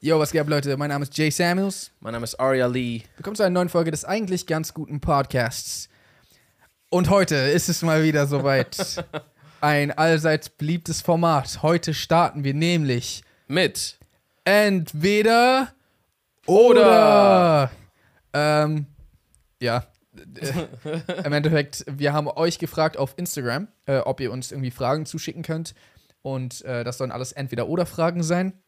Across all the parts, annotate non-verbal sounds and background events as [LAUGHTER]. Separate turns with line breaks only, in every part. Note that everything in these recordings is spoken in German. Yo, was geht ab, Leute? Mein Name ist Jay Samuels.
Mein Name ist Aria Lee.
Willkommen zu einer neuen Folge des eigentlich ganz guten Podcasts. Und heute ist es mal wieder soweit. Ein allseits beliebtes Format. Heute starten wir nämlich
Mit.
entweder
Oder.
oder. Ähm, ja. Äh, Im Endeffekt, wir haben euch gefragt auf Instagram, äh, ob ihr uns irgendwie Fragen zuschicken könnt. Und äh, das sollen alles entweder oder Fragen sein.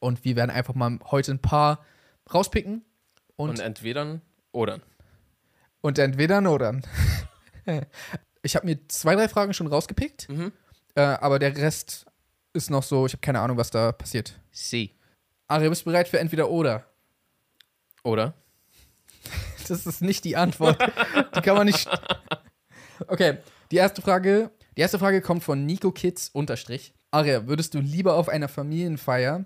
Und wir werden einfach mal heute ein paar rauspicken
Und,
und,
entweder oder.
und entweder oder. [LAUGHS] ich habe mir zwei, drei Fragen schon rausgepickt,
Mhm.
äh, aber der Rest ist noch so, ich habe keine Ahnung, was da passiert.
Sie.
Ari, bist du bereit für entweder oder?
Oder?
Das ist nicht die Antwort. Die kann man nicht. Okay, die erste Frage. Die erste Frage kommt von Nico Kids unterstrich. Aria, würdest du lieber auf einer Familienfeier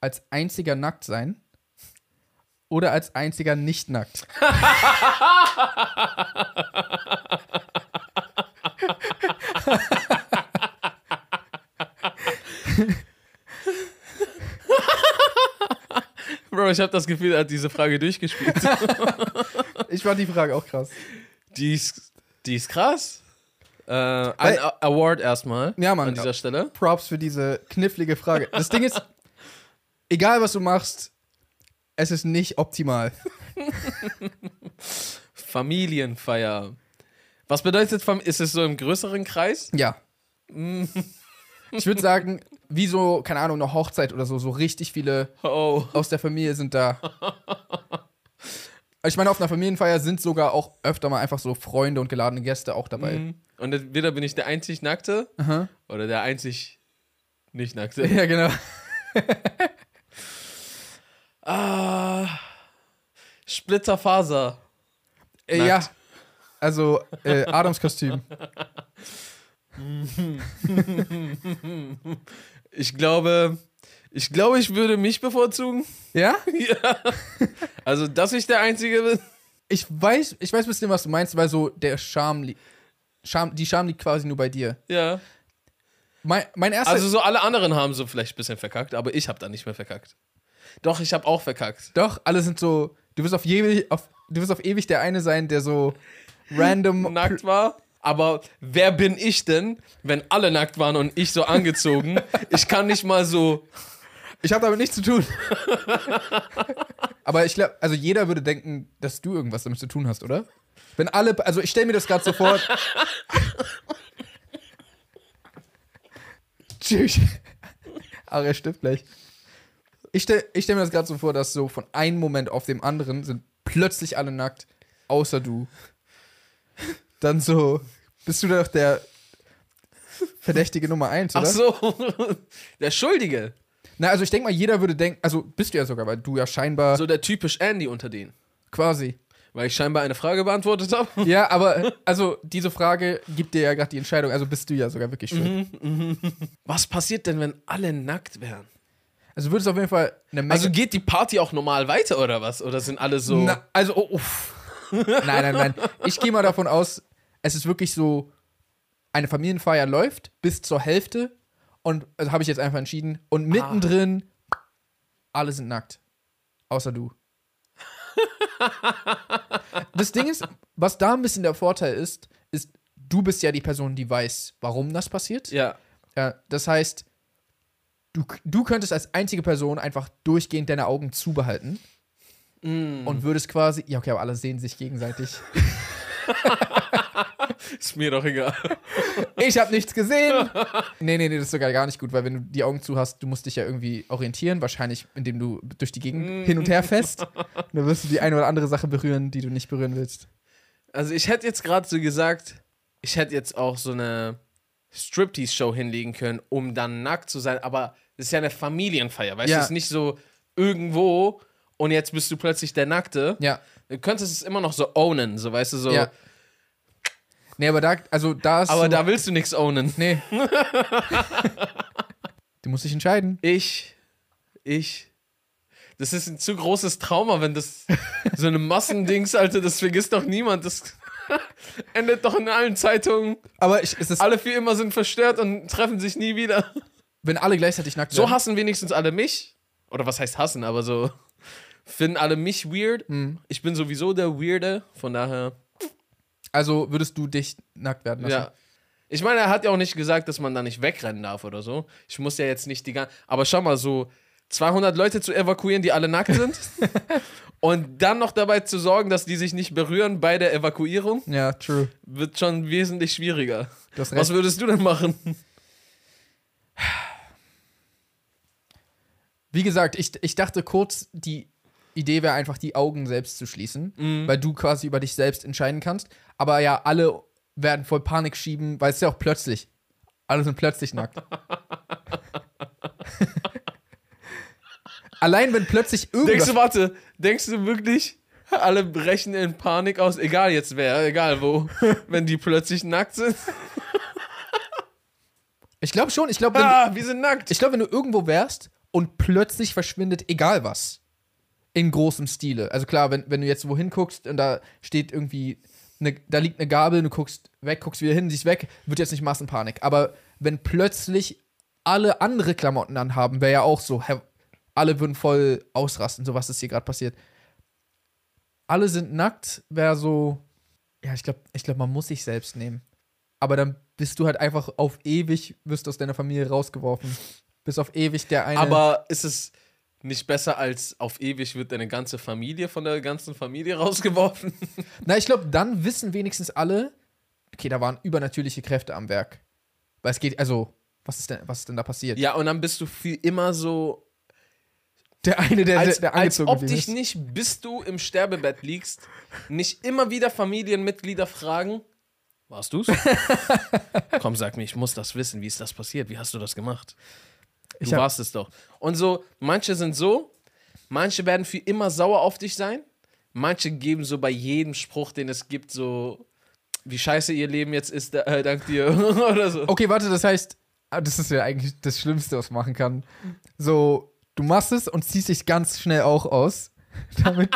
als einziger nackt sein oder als einziger nicht nackt?
Bro, ich habe das Gefühl, er hat diese Frage
[LAUGHS]
durchgespielt.
Ich fand die Frage auch krass.
die, ist, die ist krass. Äh, ein
Weil-
A Award erstmal.
Ja, Mann.
An dieser Stelle.
Props für diese knifflige Frage. Das Ding ist, egal was du machst, es ist nicht optimal.
Familienfeier. Was bedeutet Fam Ist es so im größeren Kreis?
Ja.
Mm.
Ich würde sagen, wie so, keine Ahnung, eine Hochzeit oder so, so richtig viele
Oh.
aus der Familie sind
[LAUGHS]
da. Ich meine, auf einer Familienfeier sind sogar auch öfter mal einfach so Freunde und geladene Gäste auch dabei.
Mhm. Und entweder bin ich der einzig Nackte
Aha.
oder der einzig nicht Nackte.
[LAUGHS] Ja, genau.
ah. Splitterfaser.
Äh,
Nackt.
Ja. Also,
[LAUGHS]
äh, Adams Kostüm.
Ich glaube, ich glaube, ich würde mich bevorzugen. [LAUGHS]
Ja?
ja. Also, dass ich der Einzige bin.
Ich weiß, ich weiß ein bisschen, was du meinst, weil so der Charme, li Charme die Charme liegt quasi nur bei dir.
Ja.
Mein, mein erster.
Also, so alle anderen haben so vielleicht ein bisschen verkackt, aber ich habe da nicht mehr verkackt. Doch, ich habe auch verkackt.
Doch, alle sind so. Du wirst auf, je, auf, du wirst auf ewig der eine sein, der so random.
Nackt war. Aber wer bin ich denn, wenn alle nackt waren und ich so
[LAUGHS]
angezogen? ich kann nicht mal so.
Ich habe damit nichts zu tun. Aber ich glaube, also jeder würde denken, dass du irgendwas damit zu tun hast, oder? Wenn alle, also ich stelle mir das gerade so vor. Tschüss. Aber er stirbt gleich. Ich stelle ich stell mir das gerade so vor, dass so von einem Moment auf dem anderen sind plötzlich alle nackt, außer du. Dann so, bist du doch der verdächtige Nummer eins,
Ach
oder?
so, der Schuldige.
Na, also ich denke mal, jeder würde denken, also bist du ja sogar, weil du ja scheinbar
So der typisch Andy unter denen.
quasi.
Weil ich scheinbar eine Frage beantwortet habe.
Ja, aber also diese Frage gibt dir ja gerade die Entscheidung, also bist du ja sogar wirklich schuld.
Mhm. Was passiert denn, wenn alle nackt wären?
Also würdest du auf jeden Fall eine Menge.
Also geht die Party auch normal weiter oder was? Oder sind alle so.
Na, also oh, uff. [LAUGHS] nein, nein, nein. Ich gehe mal davon aus, es ist wirklich so, eine Familienfeier läuft bis zur Hälfte und also habe ich jetzt einfach entschieden und mittendrin alle sind nackt, außer [LAUGHS] du. das Ding ist, was da ein bisschen der Vorteil ist, ist, du bist ja die Person, die weiß, warum das passiert.
ja.
Ja, das heißt, du, du könntest als einzige Person einfach durchgehend deine Augen zubehalten
Mm.
und würdest quasi. Ja, okay, aber alle sehen sich gegenseitig.
Ist mir doch egal.
ich habe
[LAUGHS]
nichts gesehen. Nee, nee, nee, das ist sogar gar nicht gut, weil wenn du die Augen zu hast, du musst dich ja irgendwie orientieren, wahrscheinlich indem du durch die Gegend hin und her
Mm.
fährst. Dann wirst du die eine oder andere Sache berühren, die du nicht berühren willst.
Also ich hätte jetzt gerade so gesagt, ich hätte jetzt auch so eine Striptease-Show hinlegen können, um dann nackt zu sein. Aber das ist ja eine Familienfeier, weißt
Ja.
du? Es ist nicht so irgendwo und jetzt bist du plötzlich der Nackte.
Ja,
Du könntest es immer noch so ownen, so weißt du, so.
ja. Nee, aber da, also da ist.
Aber
so,
da willst du nichts ownen. [LAUGHS]
Nee. du musst dich entscheiden.
Ich, ich, Das ist ein zu großes Trauma, wenn das so eine Massendings, Alter, das vergisst doch niemand. Das [LAUGHS] endet doch in allen Zeitungen.
Aber ich, es ist,
Alle für immer sind verstört und treffen sich nie wieder.
wenn alle gleichzeitig nackt
So
werden,
hassen wenigstens alle mich. Oder was heißt hassen, aber so finden alle mich weird. Ich bin sowieso der Weirde, von daher.
also würdest du dich nackt werden lassen.
Ja. Ich meine, er hat ja auch nicht gesagt, dass man da nicht wegrennen darf oder so. Ich muss ja jetzt nicht die ganze. Aber schau mal, so 200 Leute zu evakuieren, die alle nackt sind. und dann noch dabei zu sorgen, dass die sich nicht berühren bei der Evakuierung,
Ja, true.
wird schon wesentlich schwieriger.
Du hast
Was
recht.
würdest du denn machen?
Wie gesagt, ich, ich dachte kurz, die Idee wäre einfach, die Augen selbst zu schließen,
Mhm.
weil du quasi über dich selbst entscheiden kannst. Aber ja, alle werden voll Panik schieben, weil es ist ja auch plötzlich. Alle sind plötzlich
[LAUGHS]
nackt. Allein wenn plötzlich
Denkst
irgendwas.
du, warte, denkst du wirklich, alle brechen in Panik aus, egal jetzt wer, egal wo, wenn die plötzlich nackt sind?
Ich glaube schon, ich glaube, wenn,
Ah, wir sind nackt.
Ich glaube, wenn du irgendwo wärst und plötzlich verschwindet egal was. In großem Stile. Also klar, wenn, wenn du jetzt wohin guckst und da steht irgendwie, ne, da liegt eine Gabel, du guckst weg, guckst wieder hin, siehst weg, wird jetzt nicht Massenpanik. Aber wenn plötzlich alle andere Klamotten anhaben, wäre ja auch so, hä, alle würden voll ausrasten, so was ist hier gerade passiert. Alle sind nackt, wäre so, ja, ich glaube, ich glaub, man muss sich selbst nehmen. Aber dann bist du halt einfach auf ewig, wirst aus deiner Familie rausgeworfen. Bist auf ewig der eine.
Aber ist es nicht besser als auf ewig wird deine ganze Familie von der ganzen Familie [LAUGHS] rausgeworfen?
Na, ich glaube, dann wissen wenigstens alle, okay, da waren übernatürliche Kräfte am Werk. Weil es geht, also, was ist denn, was ist denn da passiert?
Ja, und dann bist du viel immer so.
Der eine, der,
Als,
Äh, der, der
als
angezogen
ob
geblieben
dich nicht, bis du im Sterbebett liegst, nicht immer wieder Familienmitglieder fragen: Warst
[LAUGHS]
du's? Komm, sag mir, ich muss das wissen. Wie ist das passiert? Wie hast du das gemacht? Du
Ich hab-
warst es doch. Und so, manche sind so, manche werden für immer sauer auf dich sein, manche geben so bei jedem Spruch, den es gibt, so, wie scheiße ihr Leben jetzt ist, äh, dank dir [LAUGHS] oder so.
Okay, warte, das heißt, ah, das ist ja eigentlich das Schlimmste, was man machen kann. So, du machst es und ziehst dich ganz schnell auch aus, [LAUGHS] damit,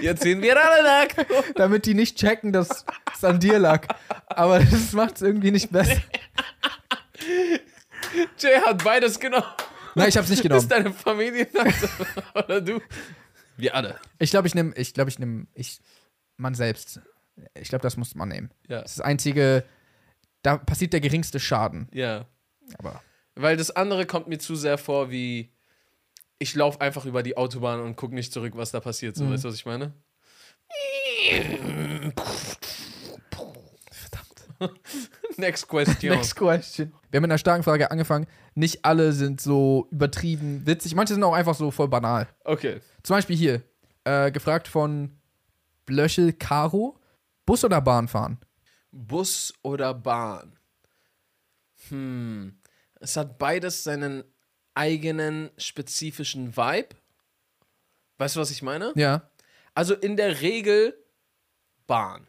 Jetzt sind wir alle nackt.
damit die nicht checken, dass es an dir lag. Aber das macht es irgendwie nicht besser.
Jay hat beides genommen.
[LAUGHS] Nein, ich
[LAUGHS]
hab's nicht
Ist
genommen.
deine Familie nackt [LAUGHS] oder du? Wir alle.
Ich glaube, ich nehme, ich glaube, ich nehme, ich, man selbst. Ich glaube, das muss man nehmen.
Ja.
Das ist das einzige, da passiert der geringste Schaden.
Ja.
Aber
Weil das andere kommt mir zu sehr vor wie, ich laufe einfach über die Autobahn und gucke nicht zurück, was da passiert. So, Weißt du, was ich meine? Verdammt. [LAUGHS] Next question.
question. Wir haben mit einer starken Frage angefangen. Nicht alle sind so übertrieben witzig. Manche sind auch einfach so voll banal.
Okay.
Zum Beispiel hier, äh, gefragt von Blöchel Caro. Bus oder Bahn fahren?
Bus oder Bahn? Hm. Es hat beides seinen eigenen spezifischen Vibe. Weißt du, was ich meine?
Ja.
Also in der Regel Bahn.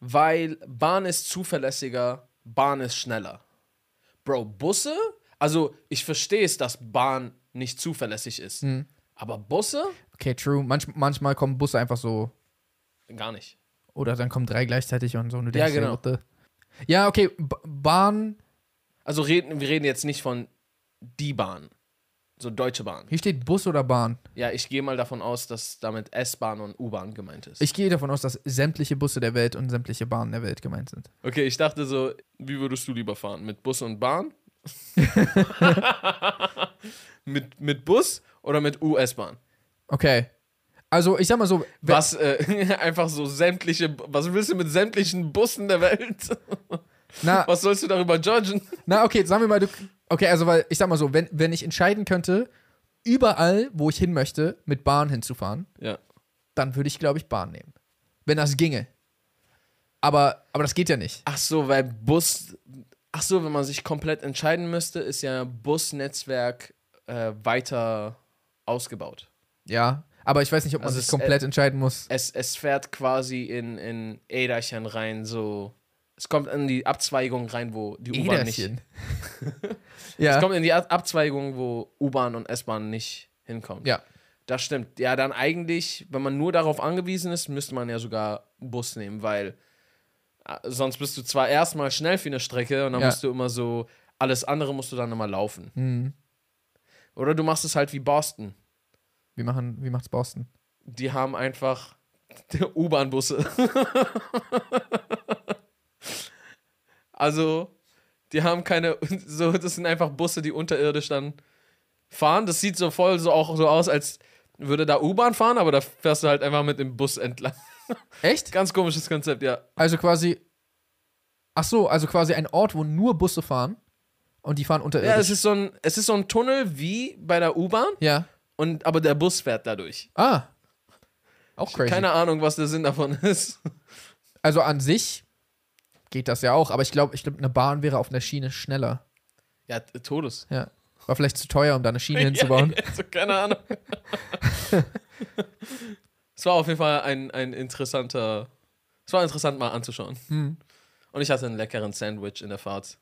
Weil Bahn ist zuverlässiger, Bahn ist schneller. Bro, Busse? Also ich verstehe es, dass Bahn nicht zuverlässig ist. Aber Busse?
Okay, true. Manch, manchmal kommen Busse einfach so.
Gar nicht.
Oder dann kommen drei gleichzeitig und so. Und du
Ja,
denkst, dir,
genau.
what the- Ja, okay. B Bahn.
Also reden, wir reden jetzt nicht von die Bahn. So Deutsche Bahn.
Hier steht Bus oder Bahn.
Ja, ich gehe mal davon aus, dass damit S-Bahn und U-Bahn gemeint ist.
Ich gehe davon aus, dass sämtliche Busse der Welt und sämtliche Bahnen der Welt gemeint sind.
okay, ich dachte so, wie würdest du lieber fahren? Mit Bus und Bahn? mit, mit Bus oder mit US-Bahn?
Okay. Also, ich sag mal so, wenn-
Was äh, [LAUGHS] einfach so sämtliche, was willst du mit sämtlichen Bussen der Welt?
na,
[LAUGHS] Was sollst du darüber judgen?
na, okay, sagen wir mal, du, okay, also, weil, ich sag mal so, wenn, wenn ich entscheiden könnte, überall, wo ich hin möchte, mit Bahn hinzufahren,
Ja.
dann würde ich, glaube ich, Bahn nehmen. Wenn das ginge. Aber, aber das geht ja nicht.
Ach so, weil Bus, ach so, wenn man sich komplett entscheiden müsste, ist ja Busnetzwerk äh, weiter ausgebaut.
Ja. Aber ich weiß nicht, ob man
Also
sich
es-
komplett entscheiden muss.
Es, es fährt quasi in, in Äderchen rein, so. Es kommt in die Abzweigung rein, wo die [LAUGHS] U-Bahn nicht.
Äderchen.
Es
eh ja.
kommt in die Ab- Abzweigung, wo U-Bahn und S-Bahn nicht hinkommt.
Ja.
Das stimmt. Ja, dann eigentlich, wenn man nur darauf angewiesen ist, müsste man ja sogar einen Bus nehmen, weil äh, sonst bist du zwar erstmal schnell für eine Strecke und dann
Ja.
musst du immer so, alles andere musst du dann immer laufen.
Mhm.
Oder du machst es halt wie Boston.
Wie, machen, wie macht's Boston?
Die haben einfach [LAUGHS] U-Bahn-Busse. [LAUGHS] also, die haben keine, [LAUGHS] so, das sind einfach Busse, die unterirdisch dann fahren. Das sieht so voll so auch so aus, als würde da U-Bahn fahren, aber da fährst du halt einfach mit dem Bus entlang. [LAUGHS]
Echt?
Ganz komisches Konzept, ja.
Also quasi. Ach so, also quasi ein Ort, wo nur Busse fahren und die fahren
Ja,
unterirdisch.
es ist so ein, es ist so ein Tunnel wie bei der U-Bahn,
Ja.
und aber der Bus fährt dadurch.
Ah. Auch crazy.
Keine Ahnung, was der Sinn davon [LAUGHS] ist.
also an sich geht das ja auch, aber ich glaube, ich glaube, eine Bahn wäre auf einer Schiene schneller.
Ja, t- Todes.
Ja. War vielleicht zu teuer, um da
[LAUGHS]
eine Schiene hinzubauen.
Ja, also, keine Ahnung. [LAUGHS] es war auf jeden Fall ein, ein interessanter. Es war interessant mal anzuschauen. Und ich hatte einen leckeren Sandwich in der Fahrt.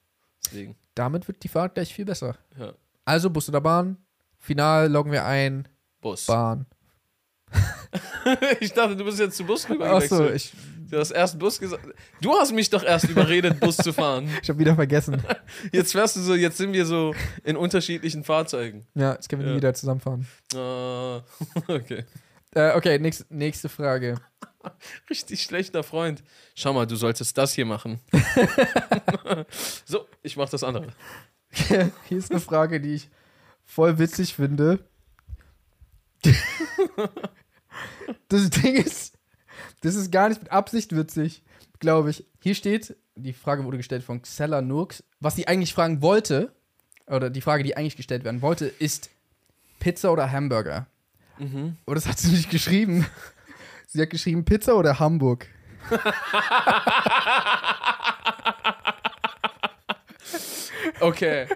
Deswegen.
Damit wird die Fahrt gleich viel besser.
Ja.
Also Bus oder Bahn? Final loggen wir ein.
Bus.
Bahn.
[LAUGHS] ich dachte, du bist jetzt zu Bus
Achso,
rübergewechselt.
ich,
du hast erst Bus gesagt. Du hast mich doch erst überredet, Bus zu fahren.
ich habe
[LAUGHS]
wieder vergessen.
Jetzt fährst du so, jetzt sind wir so in unterschiedlichen Fahrzeugen.
Ja, jetzt können wir nie
Ja.
wieder zusammenfahren.
Ah, [LAUGHS] okay.
Äh, okay, nächst, nächste Frage.
Richtig schlechter Freund. Schau mal, du solltest das hier machen. [LAUGHS] so, ich mach das andere.
[LAUGHS] Hier ist eine Frage, die ich voll witzig finde. [LAUGHS] Das Ding ist, das ist gar nicht mit Absicht witzig, glaube ich. Hier steht, die Frage wurde gestellt von Xella Nurks. Was sie eigentlich fragen wollte, oder die Frage, die eigentlich gestellt werden wollte, ist Pizza oder Hamburger? Aber das hat sie nicht geschrieben. Sie hat geschrieben Pizza oder Hamburg.
Okay.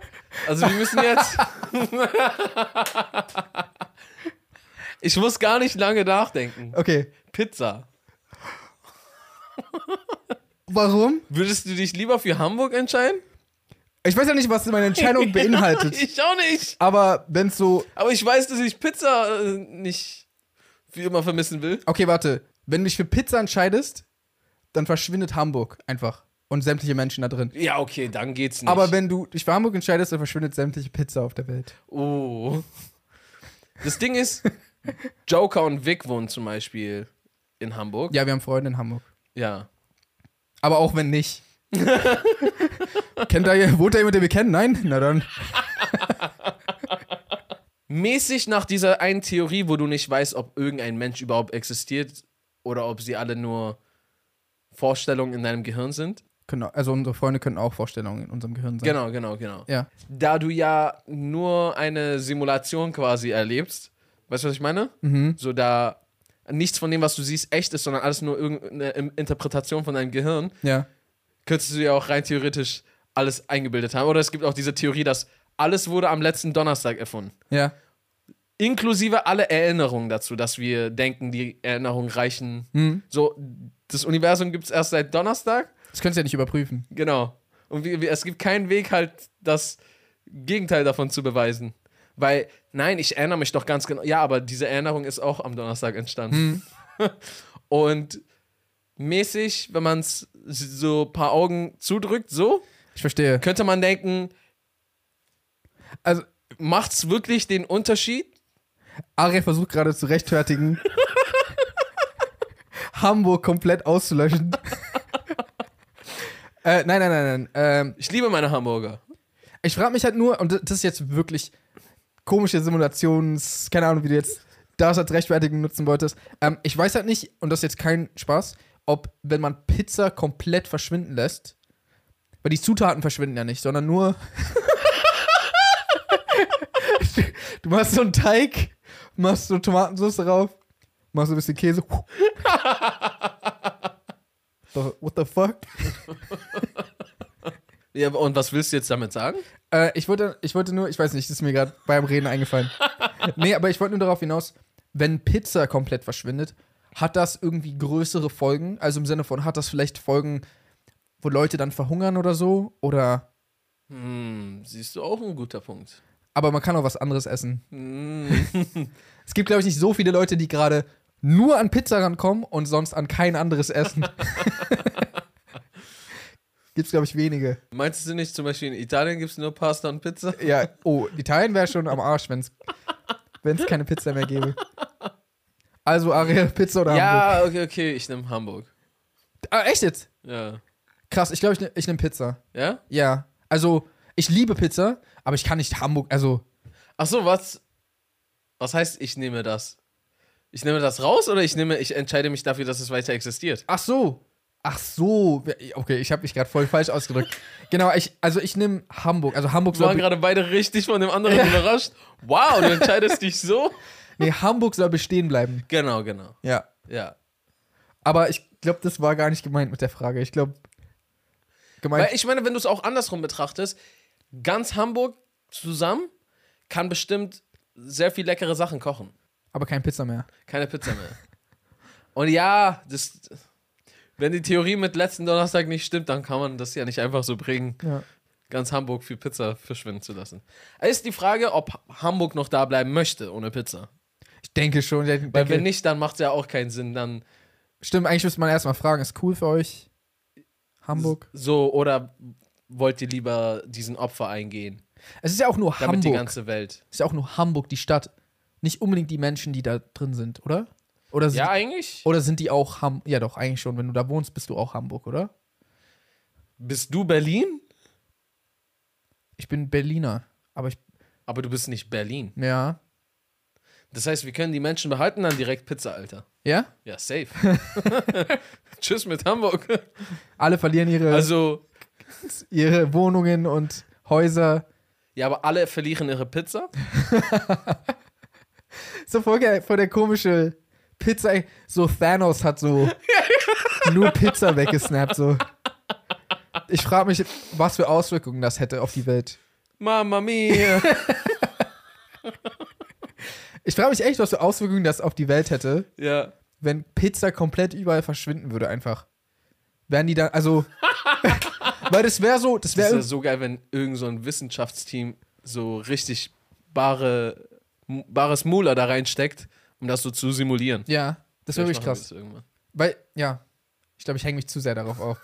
Also wir müssen jetzt. ich muss gar nicht lange nachdenken.
Okay,
Pizza.
warum?
Würdest du dich lieber für Hamburg entscheiden?
Ich weiß ja nicht, was meine Entscheidung beinhaltet.
Ich auch nicht.
Aber wenn es so
Aber ich weiß, dass ich Pizza äh, nicht wie immer vermissen will.
Okay, warte. Wenn du dich für Pizza entscheidest, dann verschwindet Hamburg einfach und sämtliche Menschen da drin.
Ja, okay, dann geht's nicht.
Aber wenn du dich für Hamburg entscheidest, dann verschwindet sämtliche Pizza auf der Welt.
Oh. Das Ding ist, Joker und Vic wohnen zum Beispiel in Hamburg.
Ja, wir haben Freunde in Hamburg.
Ja.
Aber auch wenn nicht. Kennt da, wohnt da jemand, den wir kennen? Nein? Na dann.
Mäßig nach dieser einen Theorie, wo du nicht weißt, ob irgendein Mensch überhaupt existiert oder ob sie alle nur Vorstellungen in deinem Gehirn sind.
Genau, also unsere Freunde können auch Vorstellungen in unserem Gehirn sein.
Genau, genau, genau.
Ja.
Da du ja nur eine Simulation quasi erlebst, weißt du, was ich meine?
Mhm.
So da nichts von dem, was du siehst, echt ist, sondern alles nur irgendeine Interpretation von deinem Gehirn.
Ja.
könntest du ja auch rein theoretisch alles eingebildet haben. Oder es gibt auch diese Theorie, dass alles wurde am letzten Donnerstag erfunden.
Ja.
Inklusive alle Erinnerungen dazu, dass wir denken, die Erinnerungen reichen. So, das Universum gibt es erst seit Donnerstag.
Das könntest du ja nicht überprüfen.
Genau. Und wir, wir, es gibt keinen Weg, halt das Gegenteil davon zu beweisen. Weil, nein, ich erinnere mich doch ganz genau. Ja, aber diese Erinnerung ist auch am Donnerstag entstanden. [LAUGHS] Und mäßig, wenn man es so ein paar Augen zudrückt, so,
Ich verstehe.
könnte man denken,
Also,
macht's wirklich den Unterschied?
Ariel versucht gerade zu rechtfertigen, Hamburg komplett auszulöschen. [LAUGHS] äh, nein, nein, nein, nein. Ähm,
Ich liebe meine Hamburger.
ich frage mich halt nur, und das ist jetzt wirklich komische Simulations, keine Ahnung, wie du jetzt das als Rechtfertigung nutzen wolltest. Ähm, ich weiß halt nicht, und das ist jetzt kein Spaß, ob, wenn man Pizza komplett verschwinden lässt, weil die Zutaten verschwinden ja nicht, sondern nur. [LAUGHS] du machst so einen Teig, machst so Tomatensauce drauf, machst so ein bisschen Käse. [LAUGHS] So, What the fuck?
Ja, und was willst du jetzt damit sagen?
Äh, ich, wollte, ich wollte nur, ich weiß nicht, das ist mir gerade beim Reden eingefallen. nee, aber ich wollte nur darauf hinaus, wenn Pizza komplett verschwindet, hat das irgendwie größere Folgen? Also im Sinne von, hat das vielleicht Folgen, wo Leute dann verhungern oder so? Oder,
Hm, siehst du auch ein guter Punkt.
aber man kann auch was anderes essen. [LAUGHS] es gibt, glaube ich, nicht so viele Leute, die gerade nur an Pizza rankommen und sonst an kein anderes Essen. [LAUGHS] Gibt's, glaube ich, wenige.
Meinst du nicht, zum Beispiel in Italien gibt es nur Pasta und Pizza?
Ja, oh, Italien wäre schon am Arsch, wenn es keine Pizza mehr gäbe. Also, Ariel, Pizza oder Hamburg?
Ja, okay, okay, ich nehme Hamburg.
Ah, echt jetzt?
Ja.
Krass, ich glaube, ich, ne, ich nehme Pizza.
Ja?
Ja. Also, ich liebe Pizza, aber ich kann nicht Hamburg, also,
Achso, was? Was heißt, ich nehme das? Ich nehme das raus oder ich nehme, ich entscheide mich dafür, dass es weiter existiert?
ach so. Ach so. Okay, ich habe mich gerade voll falsch ausgedrückt. genau, ich, also ich nehme Hamburg. Also Hamburg
Wir
soll,
waren
be-
gerade beide richtig von dem anderen überrascht. Wow, du entscheidest dich so?
nee, Hamburg soll bestehen bleiben.
Genau, genau.
Ja.
Ja.
Aber ich glaube, das war gar nicht gemeint mit der Frage. Ich glaube, gemeint.
Weil ich meine, wenn du es auch andersrum betrachtest, ganz Hamburg zusammen kann bestimmt sehr viel leckere Sachen kochen.
aber kein Pizza mehr.
Keine Pizza mehr. Und ja, das, wenn die Theorie mit letzten Donnerstag nicht stimmt, dann kann man das ja nicht einfach so bringen,
Ja.
ganz Hamburg für Pizza verschwinden zu lassen. Ist die Frage, ob Hamburg noch da bleiben möchte ohne Pizza.
Ich denke schon. Ich denke,
Weil wenn nicht, dann macht es ja auch keinen Sinn. Dann
stimmt, eigentlich müsste man erstmal fragen, ist cool für euch? Hamburg.
so, oder wollt ihr lieber diesen Opfer eingehen,
Es ist ja auch nur
damit die
Hamburg.
ganze Welt.
Es ist ja auch nur Hamburg, die Stadt. Nicht unbedingt die Menschen, die da drin sind, oder? Oder sind,
Ja, eigentlich.
oder sind die auch Ham? Ja, doch, eigentlich schon. Wenn du da wohnst, bist du auch Hamburg, oder?
Bist du Berlin?
Ich bin Berliner, aber ich.
Aber du bist nicht Berlin.
Ja.
Das heißt, wir können die Menschen behalten, dann direkt Pizza, Alter.
Ja?
Ja, [LAUGHS] safe. Tschüss mit Hamburg.
Alle verlieren ihre,
Also,
ihre Wohnungen und Häuser.
ja, aber alle verlieren ihre Pizza.
So voll, geil, voll der komische Pizza. So Thanos
[LAUGHS]
hat so nur Pizza weggesnappt. So. Ich frage mich, was für Auswirkungen das hätte auf die Welt.
Mamma [LAUGHS] mia.
Ich frage mich echt, was für Auswirkungen das auf die Welt hätte,
ja.
wenn Pizza komplett überall verschwinden würde, einfach. Wären die dann,
[LAUGHS]
also. weil das wäre so, das
Das ist ja
wäre.
so geil, wenn irgend so ein Wissenschaftsteam so richtig bare, m- bares Mula da reinsteckt, um das so zu simulieren.
Ja, das wäre
Vielleicht machen
wirklich
wir
krass.
das irgendwann.
Weil, ja. Ich glaube, ich hänge mich zu sehr darauf auf.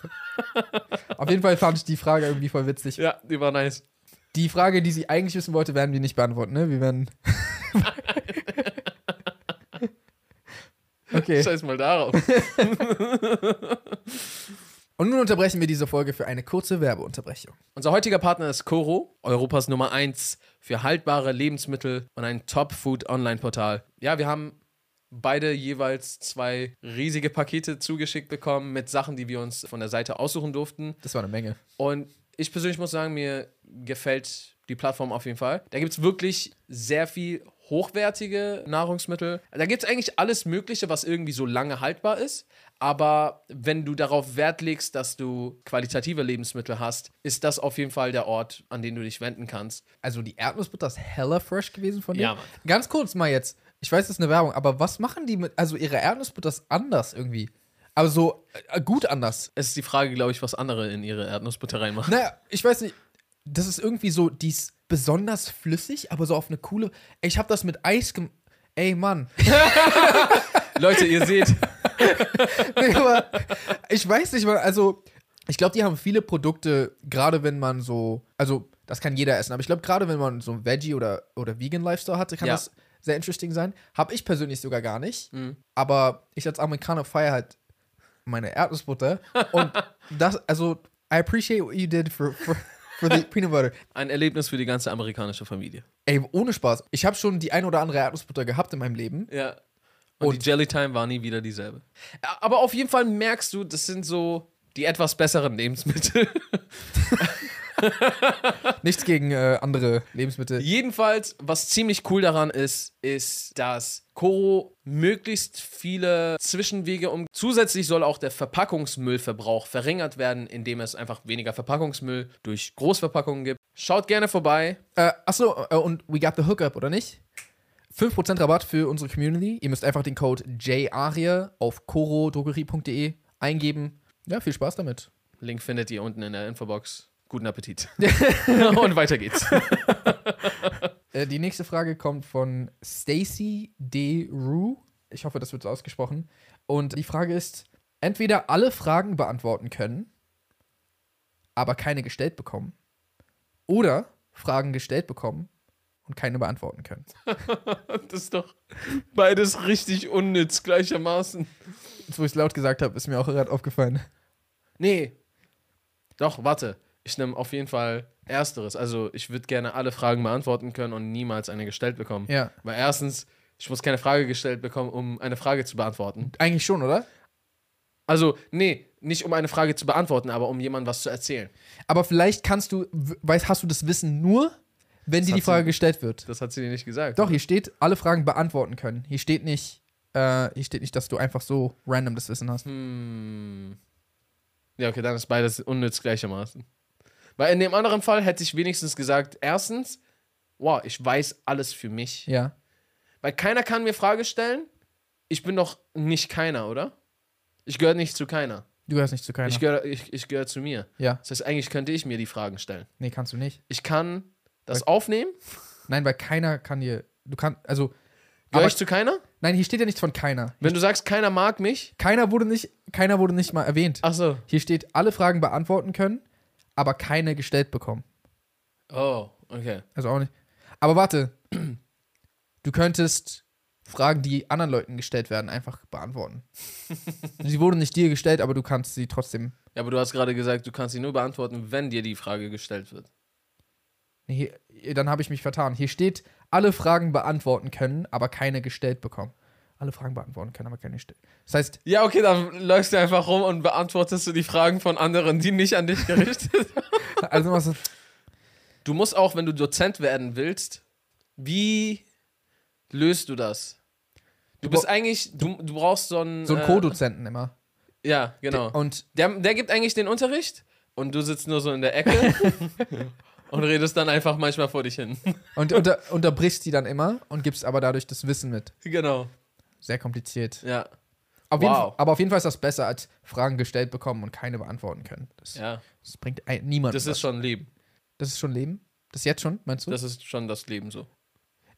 [LAUGHS]
auf jeden Fall fand ich die Frage irgendwie voll witzig.
Ja, die war nice.
Die Frage, die sie eigentlich wissen wollte, werden wir nicht beantworten, ne? Wir
[LAUGHS]
werden. okay.
Scheiß mal darauf.
Und nun unterbrechen wir diese Folge für eine kurze Werbeunterbrechung.
[LAUGHS] Unser heutiger Partner ist Coro, Europas Nummer 1 für haltbare Lebensmittel und ein Top-Food-Online-Portal. Ja, wir haben beide jeweils zwei riesige Pakete zugeschickt bekommen mit Sachen, die wir uns von der Seite aussuchen durften.
Das war eine Menge.
Und ich persönlich muss sagen, mir gefällt die Plattform auf jeden Fall. Da gibt es wirklich sehr viel hochwertige Nahrungsmittel. Da gibt es eigentlich alles Mögliche, was irgendwie so lange haltbar ist. Aber wenn du darauf Wert legst, dass du qualitative Lebensmittel hast, ist das auf jeden Fall der Ort, an den du dich wenden kannst.
Also die Erdnussbutter ist hella fresh gewesen von dir.
Ja, Mann.
Ganz kurz mal jetzt. Ich weiß, das ist eine Werbung, aber was machen die mit. Also ihre Erdnussbutter ist anders irgendwie. Aber so äh, gut anders.
Es ist die Frage, glaube ich, was andere in ihre Erdnussbutter
[LAUGHS]
reinmachen.
Naja, ich weiß nicht. Das ist irgendwie so, die ist besonders flüssig, aber so auf eine coole. Ich habe das mit Eis gemacht. Ey, Mann.
Leute, ihr seht,
Nee, aber ich weiß nicht, Mann. Also, ich glaube, die haben viele Produkte, gerade wenn man so. Also, das kann jeder essen, aber ich glaube, gerade wenn man so ein Veggie- oder, oder Vegan-Lifestyle hatte, kann
Ja.
das sehr interesting sein. Habe ich persönlich sogar gar nicht. Aber ich als Amerikaner feiere halt meine Erdnussbutter. Und das, also, I appreciate what you did for, for, for the peanut butter.
ein Erlebnis für die ganze amerikanische Familie.
Ey, ohne Spaß. Ich habe schon die ein oder andere Erdnussbutter gehabt in meinem Leben.
Ja. Und, die Jelly Time war nie wieder dieselbe. Aber auf jeden Fall merkst du, das sind so die etwas besseren Lebensmittel. [LAUGHS]
Nichts gegen äh, andere Lebensmittel.
Jedenfalls, was ziemlich cool daran ist, ist, dass Koro möglichst viele Zwischenwege um. Zusätzlich soll auch der Verpackungsmüllverbrauch verringert werden, indem es einfach weniger Verpackungsmüll durch Großverpackungen gibt. Schaut gerne vorbei.
Äh, achso, äh, und we got the hookup, oder nicht? 5% Rabatt für unsere Community. Ihr müsst einfach den Code JARIA auf korodrogerie.de eingeben. Ja, viel Spaß damit.
Link findet [LAUGHS] ihr unten in der Infobox. Guten Appetit. Und weiter geht's.
Äh, die nächste Frage kommt von Stacy D. Rue. Ich hoffe, das wird so ausgesprochen. Und die Frage ist: entweder alle Fragen beantworten können, aber keine gestellt bekommen, oder Fragen gestellt bekommen und keine beantworten können. [LAUGHS]
Das ist doch beides richtig unnütz gleichermaßen.
Jetzt, wo ich es laut gesagt habe, ist mir auch gerade aufgefallen.
Nee. Doch, warte. Ich nehme auf jeden Fall Ersteres. Also, ich würde gerne alle Fragen beantworten können und niemals eine gestellt bekommen.
Ja.
Weil erstens, ich muss keine Frage gestellt bekommen, um eine Frage zu beantworten.
Eigentlich schon, oder?
Also, nee, nicht um eine Frage zu beantworten, aber um jemandem was zu erzählen.
Aber vielleicht kannst du, w- weißt, hast du das Wissen nur, wenn dir
hat
die Frage
sie-
gestellt wird.
Das hat sie dir nicht gesagt.
Doch, hier steht, alle Fragen beantworten können. Hier steht nicht, äh, hier steht nicht, dass du einfach so random das Wissen hast.
Hm. Ja, okay, dann ist beides unnütz gleichermaßen. Weil in dem anderen Fall hätte ich wenigstens gesagt, erstens, wow, ich weiß alles für mich.
Ja.
Weil keiner kann mir Frage stellen. Ich bin doch nicht keiner, oder? Ich gehöre nicht zu keiner.
Du gehörst nicht zu keiner.
Ich gehöre ich, ich gehör zu mir.
ja.
Das heißt, eigentlich könnte ich mir die Fragen stellen.
Nee, kannst du nicht.
Ich kann das aufnehmen.
Nein, weil keiner kann dir. Du kannst. Also.
Gehöre
Aber,
ich zu keiner?
nein, hier steht ja nichts von keiner.
Wenn du sagst, keiner mag mich.
Keiner wurde nicht, keiner wurde nicht mal erwähnt.
Ach so.
Hier steht, alle Fragen beantworten können, aber keine gestellt bekommen.
Oh, okay.
Also auch nicht. Aber warte. Du könntest Fragen, die anderen Leuten gestellt werden,
[LAUGHS]
einfach beantworten. sie wurden nicht dir gestellt, aber du kannst sie trotzdem.
Ja, aber du hast gerade gesagt, du kannst sie nur beantworten, wenn dir die Frage gestellt wird.
Nee, hier, dann habe ich mich vertan. Hier steht, alle Fragen beantworten können, aber keine gestellt bekommen. Alle Fragen beantworten können, aber keine gestellt. Das heißt,
Ja, okay, dann läufst du einfach rum und beantwortest du die Fragen von anderen, die nicht an dich [LAUGHS] gerichtet sind.
also was
Du musst auch, wenn du Dozent werden willst, wie löst du das? Du
Du
bist eigentlich, du, du brauchst so einen.
so einen Co-Dozenten immer.
Äh, ja, genau.
Und
Der, der gibt eigentlich den Unterricht und du sitzt nur so in der Ecke
[LAUGHS]
[LAUGHS] und redest dann einfach manchmal vor dich hin.
Und unter, unterbrichst die dann immer und gibst aber dadurch das Wissen mit.
genau.
Sehr kompliziert.
Ja,
Auf jeden,
Wow.
Fall- aber auf jeden Fall ist das besser, als Fragen gestellt bekommen und keine beantworten können. Das,
ja.
das bringt ein, niemandem.
Das ist
was.
schon Leben.
das ist schon Leben? Das ist jetzt schon, meinst du?
Das ist schon das Leben so.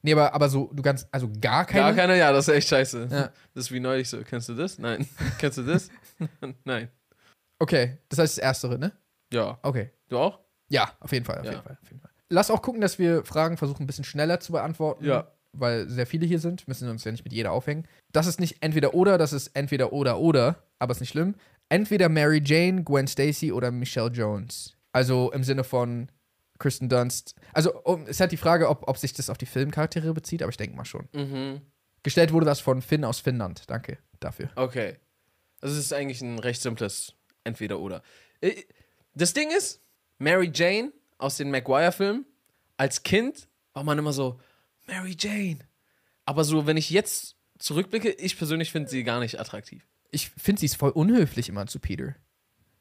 nee, aber, aber so, du kannst, also gar keine.
Gar keiner, ja, das ist echt scheiße.
Ja.
Das ist wie neulich so. Kennst du das?
[LAUGHS]
Nein. Kennst du das? Nein.
Okay, das heißt das Erstere, ne?
Ja.
Okay.
Du auch?
Ja, auf jeden Fall, auf,
Ja.
jeden Fall, auf jeden Fall. Lass auch gucken, dass wir Fragen versuchen, ein bisschen schneller zu beantworten.
Ja.
Weil sehr viele hier sind, müssen wir uns ja nicht mit jeder aufhängen. Das ist nicht entweder oder, das ist entweder oder oder, aber ist nicht schlimm. Entweder Mary Jane, Gwen Stacy oder Michelle Jones. Also im Sinne von Kristen Dunst. Also um, es ist halt die Frage, ob, ob sich das auf die Filmcharaktere bezieht, aber ich denke mal schon.
Mhm.
Gestellt wurde das von Finn aus Finnland. Danke dafür.
Okay. Also es ist eigentlich ein recht simples Entweder-Oder. Äh, Das Ding ist, Mary Jane aus den Maguire-Filmen, als Kind war man immer so, Mary Jane. Aber so, wenn ich jetzt zurückblicke, ich persönlich finde sie gar nicht attraktiv.
ich finde, sie ist voll unhöflich immer zu Peter.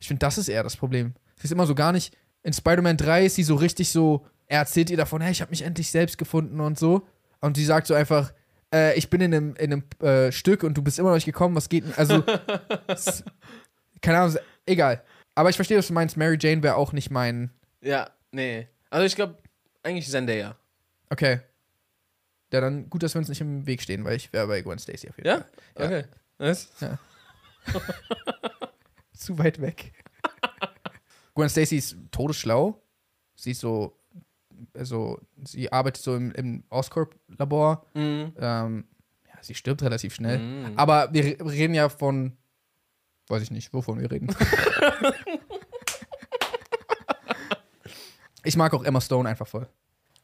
Ich finde, das ist eher das Problem. Sie ist immer so gar nicht. In Spider-Man 3 ist sie so richtig so, er erzählt ihr davon, hey, ich habe mich endlich selbst gefunden und so. Und sie sagt so einfach, äh, ich bin in einem, in einem äh, Stück und du bist immer noch nicht gekommen, was geht denn? Also, s- keine Ahnung, s- egal. Aber ich verstehe, was du meinst. Mary Jane wäre auch nicht mein.
Ja, nee. Also ich glaube, eigentlich Zendaya.
Okay. Ja, dann gut, dass wir uns nicht im Weg stehen, weil ich wäre bei Gwen Stacy auf jeden Fall.
Ja?
Ja.
Okay. Was?
zu weit weg. [LAUGHS] Gwen Stacy ist todesschlau. Sie ist so, also sie arbeitet so im, im Oscorp-Labor.
Mhm.
Ähm, ja, sie stirbt relativ schnell.
Mhm.
Aber wir re- reden ja von, weiß ich nicht,
[LAUGHS]
wovon wir reden. ich mag auch Emma Stone einfach voll.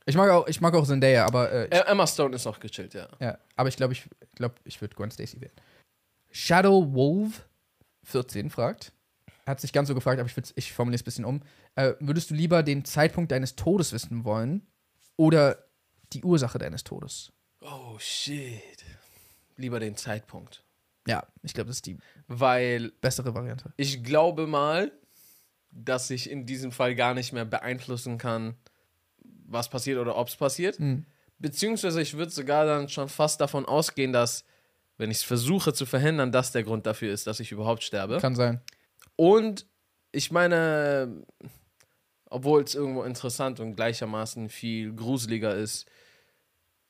Ich mag auch, ich mag auch Zendaya, aber äh,
Ä- Emma Stone ist noch gechillt, ja.
ja, aber ich glaube, ich, glaub, ich würde Gwen Stacy wählen. Shadow Wolf 14 fragt. Hat sich ganz so gefragt, aber ich, würd's- ich formuliere es ein bisschen um. Äh, würdest du lieber den Zeitpunkt deines Todes wissen wollen oder die Ursache deines Todes?
Oh, shit. Lieber den Zeitpunkt.
Ja, ich glaube, das ist die
Weil
bessere Variante.
Ich glaube mal, dass ich in diesem Fall gar nicht mehr beeinflussen kann, was passiert oder ob es passiert.
Hm.
Beziehungsweise ich würde sogar dann schon fast davon ausgehen, dass, wenn ich es versuche zu verhindern, das der Grund dafür ist, dass ich überhaupt sterbe.
Kann sein.
Und ich meine, obwohl es irgendwo interessant und gleichermaßen viel gruseliger ist,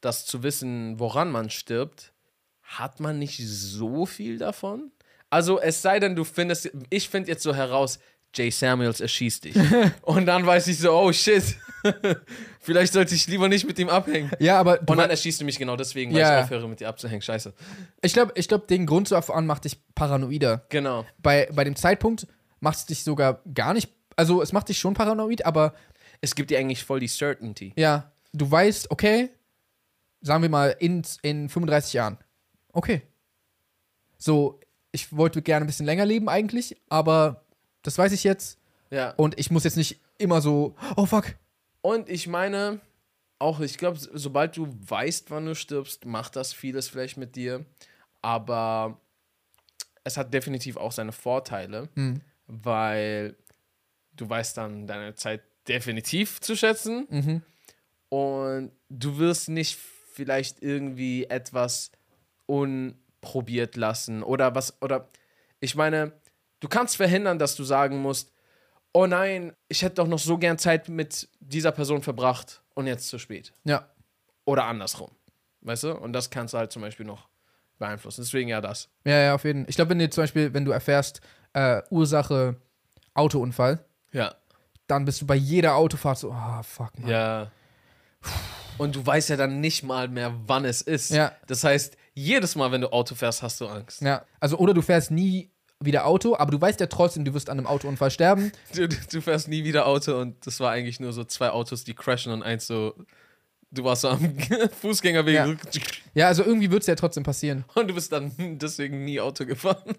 dass zu wissen, woran man stirbt, hat man nicht so viel davon. Also es sei denn, du findest, ich finde jetzt so heraus, Jay Samuels erschießt dich. Und dann weiß ich so, oh shit, [LAUGHS] vielleicht sollte ich lieber nicht mit ihm abhängen.
Ja, aber du
Und dann
mei-
erschießt du mich genau deswegen, weil
Ja.
ich aufhöre, mit dir abzuhängen. Scheiße.
ich glaube, ich glaub, den Grund so an macht dich paranoider.
Genau.
Bei, bei dem Zeitpunkt macht es dich sogar gar nicht, also es macht dich schon paranoid, aber
Es gibt dir eigentlich voll die Certainty.
ja, du weißt, okay, sagen wir mal in, in 35 Jahren. Okay. So, ich wollte gerne ein bisschen länger leben eigentlich, aber das weiß ich jetzt
Ja.
und ich muss jetzt nicht immer so, oh fuck.
Und ich meine, auch ich glaube, sobald du weißt, wann du stirbst, macht das vieles vielleicht mit dir. Aber es hat definitiv auch seine Vorteile, weil du weißt dann deine Zeit definitiv zu schätzen und du wirst nicht vielleicht irgendwie etwas unprobiert lassen oder was oder ich meine, du kannst verhindern, dass du sagen musst, oh nein, ich hätte doch noch so gern Zeit mit dieser Person verbracht und jetzt zu spät.
Ja,
Oder andersrum. Weißt du? Und das kannst du halt zum Beispiel noch beeinflussen. Deswegen ja das.
ja, ja, auf jeden Fall. Ich glaube, wenn du zum Beispiel, wenn du erfährst, äh, Ursache Autounfall,
Ja.
dann bist du bei jeder Autofahrt so, ah, fuck, Mann.
Ja. Und du weißt ja dann nicht mal mehr, wann es ist.
Ja.
Das heißt, jedes Mal, wenn du Auto fährst, hast du Angst.
Ja, also oder du fährst nie wieder Auto, aber du weißt ja trotzdem, du wirst an einem Autounfall sterben.
[LAUGHS] Du, du fährst nie wieder Auto und das war eigentlich nur so zwei Autos, die crashen und eins so. Du warst so am [LAUGHS] Fußgängerweg
Ja. Ja, also irgendwie wird es ja trotzdem passieren.
und du bist dann deswegen nie Auto gefahren.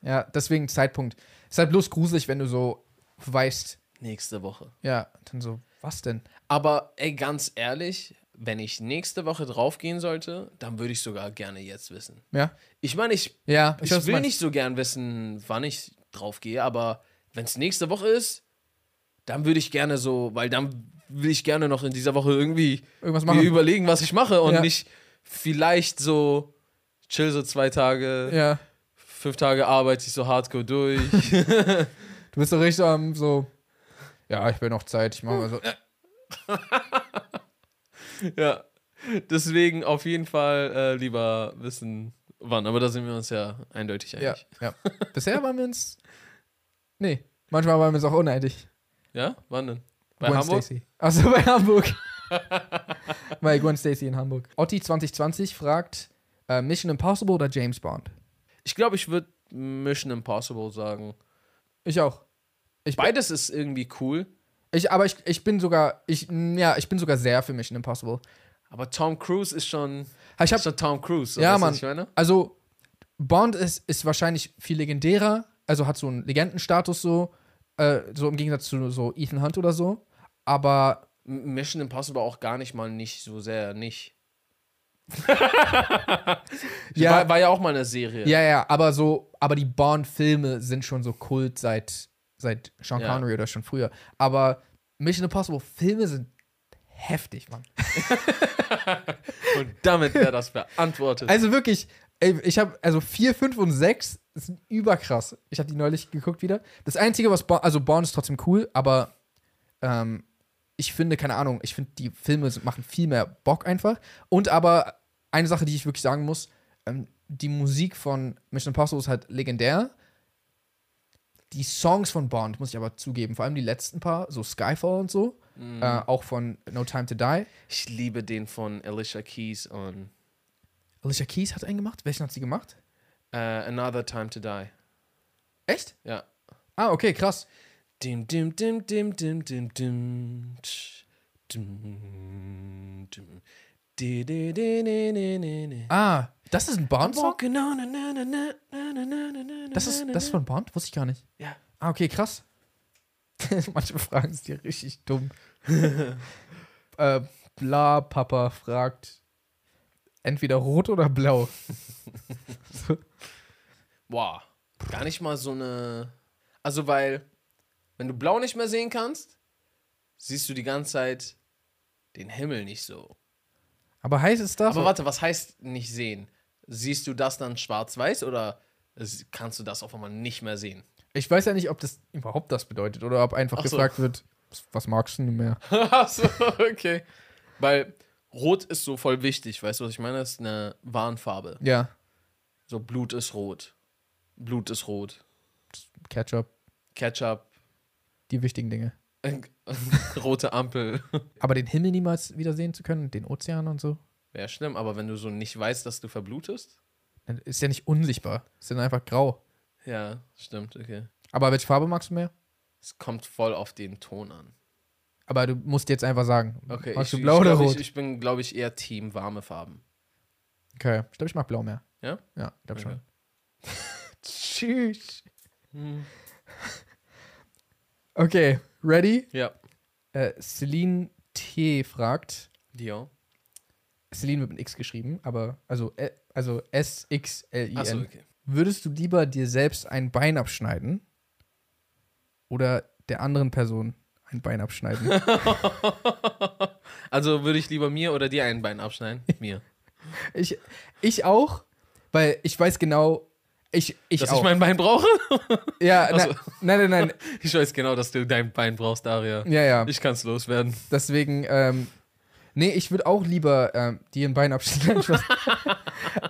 Ja, deswegen Zeitpunkt. Ist halt bloß gruselig, wenn du so weißt,
Nächste Woche.
ja, dann so, was denn?
Aber ey, ganz ehrlich, wenn ich nächste Woche draufgehen sollte, dann würde ich sogar gerne jetzt wissen.
Ja,
Ich meine, ich,
ja,
ich,
weiß, was du
will
meinst.
nicht so gern wissen, wann ich draufgehe, aber wenn es nächste Woche ist, dann würde ich gerne so, weil dann will ich gerne noch in dieser Woche irgendwie
irgendwas
mir
machen.
überlegen, was ich mache und
Ja.
nicht vielleicht so chill so zwei Tage,
ja,
fünf Tage arbeite ich so hardcore durch.
du bist doch richtig am so, ja, ich will noch Zeit, ich mache
[LAUGHS]
mal so.
Ja, deswegen auf jeden Fall äh, lieber wissen, wann. Aber da sind wir uns ja eindeutig
Ja,
einig.
ja. Bisher waren wir uns, nee, manchmal waren wir uns auch uneinig.
Ja, wann denn? Bei
Gwen
Hamburg?
Stacy. Achso, [LAUGHS] bei Hamburg. bei Gwen Stacy in Hamburg. Otti 2020 fragt, äh, Mission Impossible oder James Bond?
Ich glaube, ich würde Mission Impossible sagen.
Ich auch.
Beides ist irgendwie cool,
Ich, aber ich, ich bin sogar, ich, mm, ja, ich bin sogar sehr für Mission Impossible.
aber Tom Cruise ist schon,
Ich
ist
hab,
schon Tom Cruise. so, weißt
Ja,
du,
Mann.
was Ich meine?
also, Bond ist, ist wahrscheinlich viel legendärer, also hat so einen Legendenstatus so, äh, so im Gegensatz zu so Ethan Hunt oder so. Aber
M- Mission Impossible auch gar nicht mal nicht so sehr nicht.
Ja.
War, war ja auch mal eine Serie.
Ja, ja, aber so, aber die Bond-Filme sind schon so Kult seit, seit Sean
Ja.
Connery oder schon früher. Aber Mission Impossible-Filme sind heftig, Mann.
Und damit wäre
[LAUGHS]
das beantwortet.
Also wirklich, ey, ich habe, also 4, 5 und 6 sind überkrass. Ich habe die neulich geguckt wieder. Das Einzige, was, Bond, also Bond ist trotzdem cool, aber ähm, ich finde, keine Ahnung, ich finde, die Filme sind- machen viel mehr Bock einfach. Und aber eine Sache, die ich wirklich sagen muss, ähm, die Musik von Mission Impossible ist halt legendär. Die Songs von Bond, muss ich aber zugeben, vor allem die letzten paar, so Skyfall und so, äh, auch von No Time to Die.
Ich liebe den von Alicia Keys und
Alicia Keys hat einen gemacht. Welchen hat sie gemacht?
äh, Another Time to Die.
Echt?
Ja.
Ah, okay, krass.
Dim, dim, dim, dim, dim, dim, dim. tsch, dim, dim. Di, di, di, di, di, di, di.
Ah, das ist ein Bond-Song?
Walking on a na, na, na, na, na, na, na, na,
Das ist,
na,
das ist von Bond? Wusste ich gar nicht.
Ja.
Ah, okay, krass. [LAUGHS] Manche Fragen sind ja
[LAUGHS]
richtig dumm. äh, bla, Papa fragt, entweder rot oder blau.
Wow. Gar nicht mal so eine. Also, weil, wenn du blau nicht mehr sehen kannst, siehst du die ganze Zeit den Himmel nicht so.
Aber heiß ist das.
Aber warte, was heißt nicht sehen? Siehst du das dann schwarz-weiß oder s- kannst du das auf einmal nicht mehr sehen?
ich weiß ja nicht, ob das überhaupt das bedeutet oder ob einfach
Ach so.
gefragt wird, was magst du denn mehr?
Achso, okay. Weil Rot ist so voll wichtig, weißt du, was ich meine? Das ist eine Warnfarbe.
Ja.
So Blut ist rot. Blut ist rot.
Ketchup,
Ketchup, [LAUGHS]
die wichtigen Dinge.
äh, rote Ampel.
Aber den Himmel niemals wiedersehen zu können, den Ozean und so,
Wäre schlimm, aber wenn du so nicht weißt, dass du verblutest?
dann ist ja nicht unsichtbar. Ist dann einfach grau.
Ja, stimmt, okay.
Aber welche Farbe magst du mehr?
Es kommt voll auf den Ton an.
Aber du musst jetzt einfach sagen.
Okay,
magst
ich,
du blau
ich,
oder
glaub,
rot?
Ich, ich bin, glaube ich, eher Team warme Farben.
okay, ich glaube, ich mag blau mehr.
Ja?
Ja, ich glaube
Okay.
schon. [LAUGHS] Tschüss. Hm. Okay, ready?
Ja.
Äh, Celine T. fragt,
Dion.
Celine wird mit X geschrieben, aber also, äh, also S-X-L-I-N.
Achso, okay.
Würdest du lieber dir selbst ein Bein abschneiden oder der anderen Person ein
[LAUGHS]
Bein abschneiden?
Also würde ich lieber mir oder dir ein Bein abschneiden? Mir.
ich, ich auch, weil ich weiß genau, ich, [LAUGHS] ich
dass
auch.
ich mein Bein brauche? [LAUGHS]
ja,
Ach so.
na, nein, nein,
Ich weiß genau, dass du dein Bein brauchst, Daria.
nein, ja, ja.
Ich kann's loswerden.
Deswegen, ähm, nee, ich würde auch lieber ähm, dir ein Bein abschneiden. [LAUGHS] Spaß.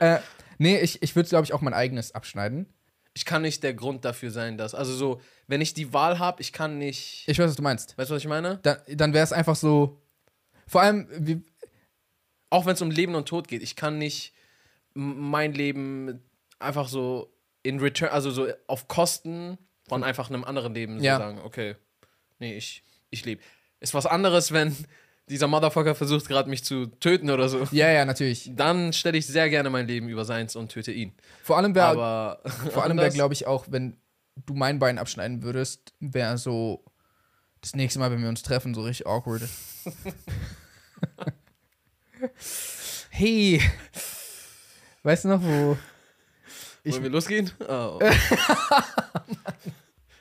äh, nee, ich, ich würde, glaube ich, auch mein eigenes abschneiden.
Ich kann nicht der Grund dafür sein, dass. Also so, wenn ich die Wahl habe, ich kann nicht.
Ich weiß, was du meinst.
Weißt du, was ich meine?
Dann, dann wäre es einfach so, vor allem, wie,
Auch wenn es um Leben und Tod geht, ich kann nicht m- mein Leben einfach so in return, also so auf Kosten von einfach einem anderen Leben so
Ja.
sagen, okay, nee, ich, ich lebe. Ist was anderes, wenn dieser Motherfucker versucht gerade mich zu töten oder so.
ja, ja, natürlich.
Dann stelle ich sehr gerne mein Leben über seins und töte ihn.
Vor allem wäre
Aber
Vor allem wäre,
anders-
glaube ich, auch, wenn du mein Bein abschneiden würdest, wäre so das nächste Mal, wenn wir uns treffen, so richtig awkward. [LAUGHS] hey, weißt du noch, wo ich-
Wollen wir losgehen? Oh.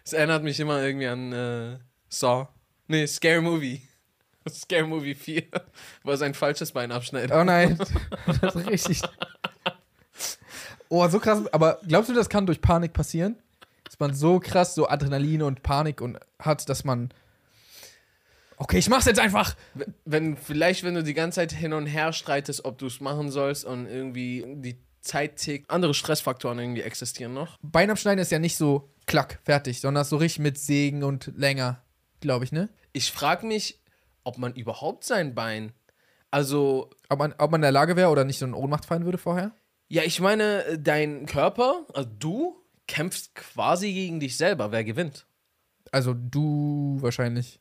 Es erinnert mich immer irgendwie an äh, Saw. Nee, Scary Movie. [LAUGHS] Scary Movie 4, wo er sein falsches Bein abschneidet.
Oh nein, [LAUGHS] das ist richtig. Oh, so krass. Aber glaubst du, das kann durch Panik passieren? Dass man so krass so Adrenalin und Panik und hat, dass man. Okay, ich mach's jetzt einfach.
W- Wenn, vielleicht, wenn du die ganze Zeit hin und her streitest, ob du es machen sollst und irgendwie die Zeit tickt, andere Stressfaktoren irgendwie existieren noch.
Bein abschneiden ist ja nicht so klack, fertig, sondern so richtig mit Sägen und länger, glaube ich, ne?
Ich frage mich, ob man überhaupt sein Bein. Also,
Ob man, ob man in der Lage wäre oder nicht so in Ohnmacht fallen würde vorher.
ja, ich meine, äh, dein Körper, also du, kämpfst quasi gegen dich selber. Wer gewinnt?
Also du [LAUGHS] wahrscheinlich.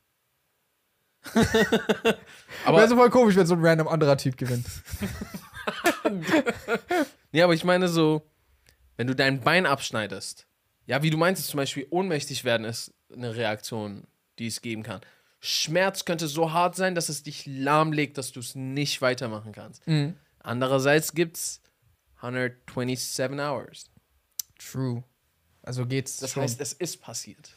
Aber-
Wäre so voll komisch, wenn so ein random anderer Typ gewinnt.
Ja, aber ich meine so, wenn du dein Bein abschneidest, ja, wie du meintest, zum Beispiel ohnmächtig werden ist eine Reaktion, die es geben kann. Schmerz könnte so hart sein, dass es dich lahmlegt, dass du es nicht weitermachen kannst.
Mhm.
Andererseits gibt's 127 Hours.
True. Also geht's.
Das
schon.
heißt, es ist passiert.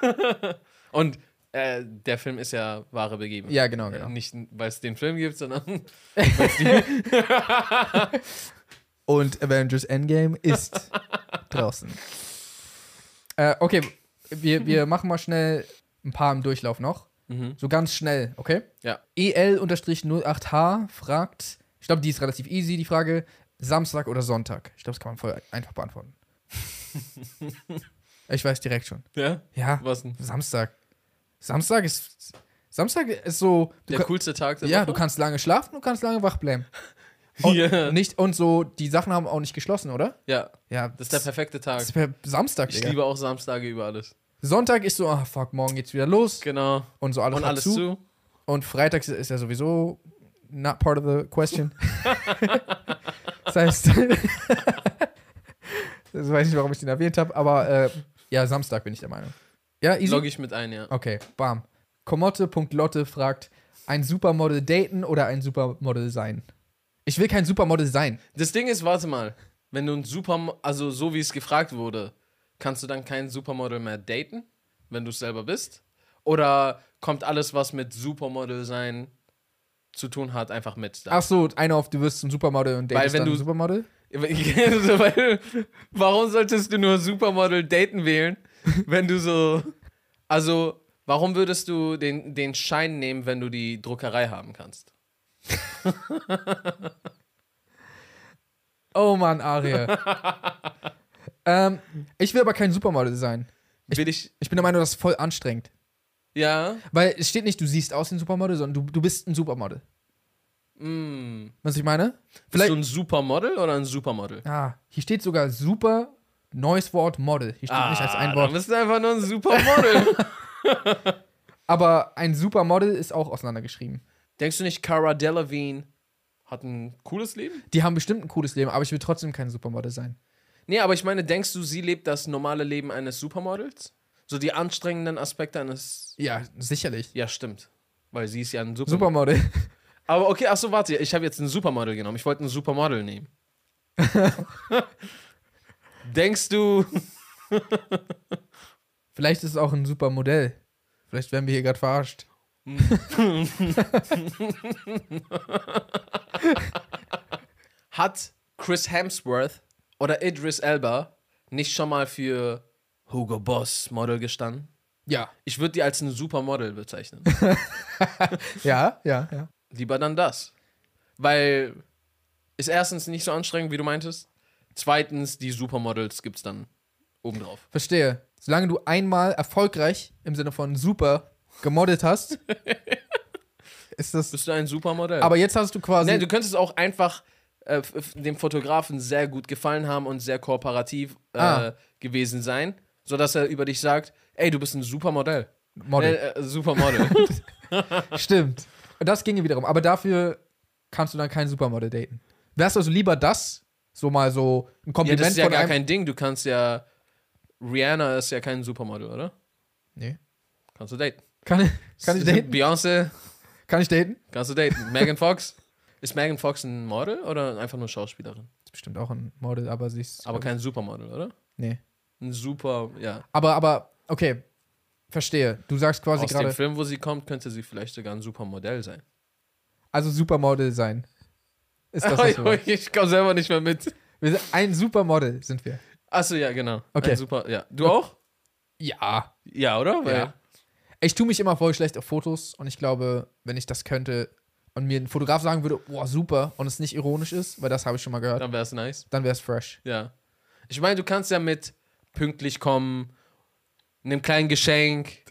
[LAUGHS] Und äh, der Film ist ja wahre Begebenheit.
Ja, genau, genau.
Nicht, weil es den Film gibt, sondern [LAUGHS]
Und Avengers Endgame ist
[LAUGHS]
draußen. Äh, okay, wir,
[LAUGHS]
wir machen mal schnell ein paar im Durchlauf noch. So ganz schnell, okay?
Mhm.
E
Ja.
EL-08H fragt, ich glaube, die ist relativ easy, die Frage, Samstag oder Sonntag? Ich glaube, das kann man voll
[LAUGHS]
einfach beantworten. ich weiß direkt schon.
ja?
Ja,
was denn?
Samstag. Samstag ist, Samstag ist so, du
der
ka-
coolste Tag der
ja,
Woche?
du kannst lange schlafen, du kannst lange
[LAUGHS]
wach bleiben. Und,
Ja.
nicht, und so, die Sachen haben auch nicht geschlossen, oder?
ja.
Ja,
Das ist der perfekte Tag.
das ist per Samstag.
Ich
Digga.
liebe auch Samstage über alles.
Sonntag ist so, ah fuck, morgen geht's wieder los
Genau.
und so alles,
Und
hat
alles zu.
Und Freitags ist ja sowieso not part of the
[LAUGHS]
question. das heißt, [LAUGHS] das weiß nicht, warum ich den erwähnt habe, aber äh, ja, Samstag bin ich der Meinung. Ja, easy.
Logge ich mit ein, ja.
Okay, bam. Komotte.lotte fragt, ein Supermodel daten oder ein Supermodel sein? Ich will kein Supermodel sein.
Das Ding ist, warte mal. Wenn du ein Super, also so wie es gefragt wurde, kannst du dann kein Supermodel mehr daten, wenn du es selber bist? Oder kommt alles, was mit Supermodel sein zu tun hat, einfach mit? Da?
Ach so, einer auf, du wirst zum Supermodel und
Weil
datest
wenn
dann
du-
ein Supermodel?
Also, [LAUGHS] weil, warum solltest du nur Supermodel daten wählen, wenn du so. Also, Warum würdest du den, den Schein nehmen, wenn du die Druckerei haben kannst?
Oh
[LAUGHS]
Mann, Arie. ähm, ich will aber kein Supermodel sein.
Will ich.
Ich bin der Meinung, das ist voll anstrengend.
Ja.
Weil es steht nicht, du siehst aus wie ein Supermodel, sondern du, du bist ein Supermodel.
Mm.
Was ich meine?
Bist
Vielleicht.
du ein Supermodel oder ein Supermodel?
Ah, hier steht sogar super, neues Wort Model. Hier steht nicht als ein
Ah, Dann
Wort.
bist du einfach nur ein Supermodel. [LAUGHS]
Aber ein Supermodel ist auch auseinandergeschrieben.
Denkst du nicht, Cara Delevingne hat ein cooles Leben?
Die haben bestimmt ein cooles Leben, aber ich will trotzdem kein Supermodel sein.
Nee, aber ich meine, denkst du, sie lebt das normale Leben eines Supermodels? So die anstrengenden Aspekte eines.
Ja, sicherlich.
Ja, stimmt. Weil sie ist ja ein Supermodel.
Supermodel. [LAUGHS]
Aber okay, achso, warte, ich habe jetzt ein Supermodel genommen. Ich wollte ein Supermodel
[LAUGHS]
nehmen. [LAUGHS] Denkst du.
Vielleicht ist es auch ein Supermodell. Vielleicht werden wir hier gerade verarscht.
hat Chris Hemsworth oder Idris Elba nicht schon mal für Hugo Boss Model gestanden?
Ja.
Ich würde die als ein Supermodel
[LAUGHS]
bezeichnen.
Ja, ja, ja.
Lieber dann das. Weil ist erstens nicht so anstrengend, wie du meintest. Zweitens, die Supermodels gibt's dann obendrauf.
Verstehe. Solange du einmal erfolgreich im Sinne von super gemodelt
[LAUGHS]
hast, ist das.
Bist du ein Supermodel?
Aber jetzt hast du quasi.
Nee, du könntest auch einfach äh, f- f- dem Fotografen sehr gut gefallen haben und sehr kooperativ äh,
Ah.
gewesen sein, sodass er über dich sagt, ey, du bist ein Supermodell.
Model.
Äh, äh,
[LAUGHS]
Supermodel. äh,
Stimmt. Und das ginge wiederum. Aber dafür kannst du dann kein Supermodel daten. Wärst du also lieber das, so mal so ein
ja,
Kompliment
das ist ja
von
gar
einem.
kein Ding. Du kannst ja. Rihanna ist ja kein Supermodel, oder?
nee.
Kannst du daten.
Kann,
[LAUGHS]
kann ich daten?
Beyoncé,
Kann ich daten?
kannst du daten. Megan Fox. [LAUGHS] Ist Megan Fox ein Model oder einfach nur Schauspielerin?
Ist bestimmt auch ein Model, aber sie ist.
Aber kein Supermodel, oder?
Nee.
Ein super, ja.
Aber, aber, okay. Verstehe. Du sagst quasi
Aus dem
gerade.
Film, wo sie kommt, könnte sie vielleicht sogar ein Supermodell sein.
Also Supermodel sein. Ist
[LAUGHS]
das, was wir wollen.
ich komme selber nicht mehr mit.
wir sind Ein Supermodel sind wir.
Achso, ja, genau.
Okay.
Ein super, ja. Du auch?
Ja.
Ja, oder? Weil-
Ja. Ich tue mich immer voll schlecht auf Fotos und ich glaube, wenn ich das könnte und mir ein Fotograf sagen würde, boah, super, und es nicht ironisch ist, weil das habe ich schon mal gehört,
Dann wäre es nice.
dann wäre es fresh.
Ja. Ich meine, du kannst ja mit pünktlich kommen, einem kleinen Geschenk,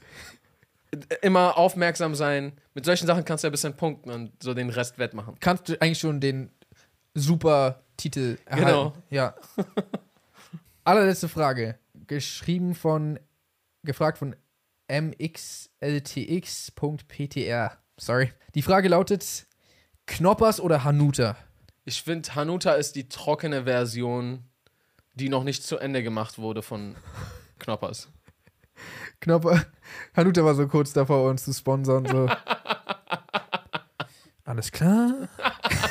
immer aufmerksam sein. Mit solchen Sachen kannst du ja ein bisschen punkten und so den Rest wettmachen.
Kannst du eigentlich schon den super Titel erhalten?
Genau.
Ja. Allerletzte Frage. Geschrieben von, gefragt von mxltx.ptr. Sorry. Die Frage lautet: Knoppers oder Hanuta?
Ich finde, Hanuta ist die trockene Version, die noch nicht zu Ende gemacht wurde von Knoppers.
Knopper. [LAUGHS] Hanuta war so kurz davor, uns zu sponsern. So. [LAUGHS] Alles klar.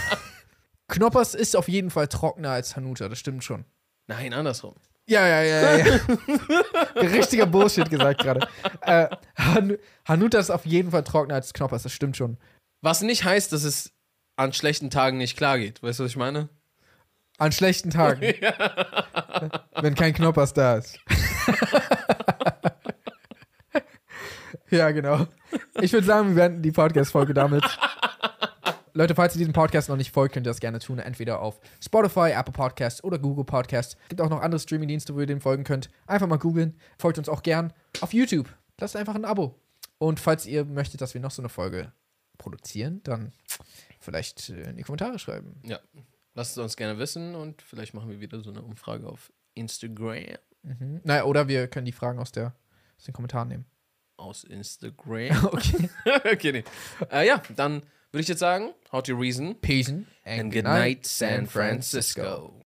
[LAUGHS] Knoppers ist auf jeden Fall trockener als Hanuta, das stimmt schon.
Nein, andersrum.
Ja, ja, ja, ja. ja. [LAUGHS] Richtiger Bullshit gesagt gerade. Äh, Han Hanuta ist auf jeden Fall trockener als Knoppers, das stimmt schon.
Was nicht heißt, dass es an schlechten Tagen nicht klar geht. Weißt du, was ich meine?
An schlechten Tagen. Wenn kein Knoppers da ist. ja, genau. Ich würde sagen, wir beenden die Podcast-Folge damit. Leute, falls ihr diesem Podcast noch nicht folgt, könnt ihr das gerne tun. Entweder auf Spotify, Apple Podcasts oder Google Podcasts. Es gibt auch noch andere Streaming-Dienste, wo ihr dem folgen könnt. Einfach mal googeln. Folgt uns auch gern auf YouTube. Lasst einfach ein Abo. Und falls ihr möchtet, dass wir noch so eine Folge produzieren, dann vielleicht äh, in die Kommentare schreiben.
Ja. Lasst es uns gerne wissen und vielleicht machen wir wieder so eine Umfrage auf Instagram.
Mhm. Naja, oder wir können die Fragen aus, der, aus den Kommentaren nehmen.
Aus Instagram. [LAUGHS] Okay. okay, nee. Äh, ja, dann würde ich jetzt sagen, how to reason
Peace and,
and good night, San Francisco.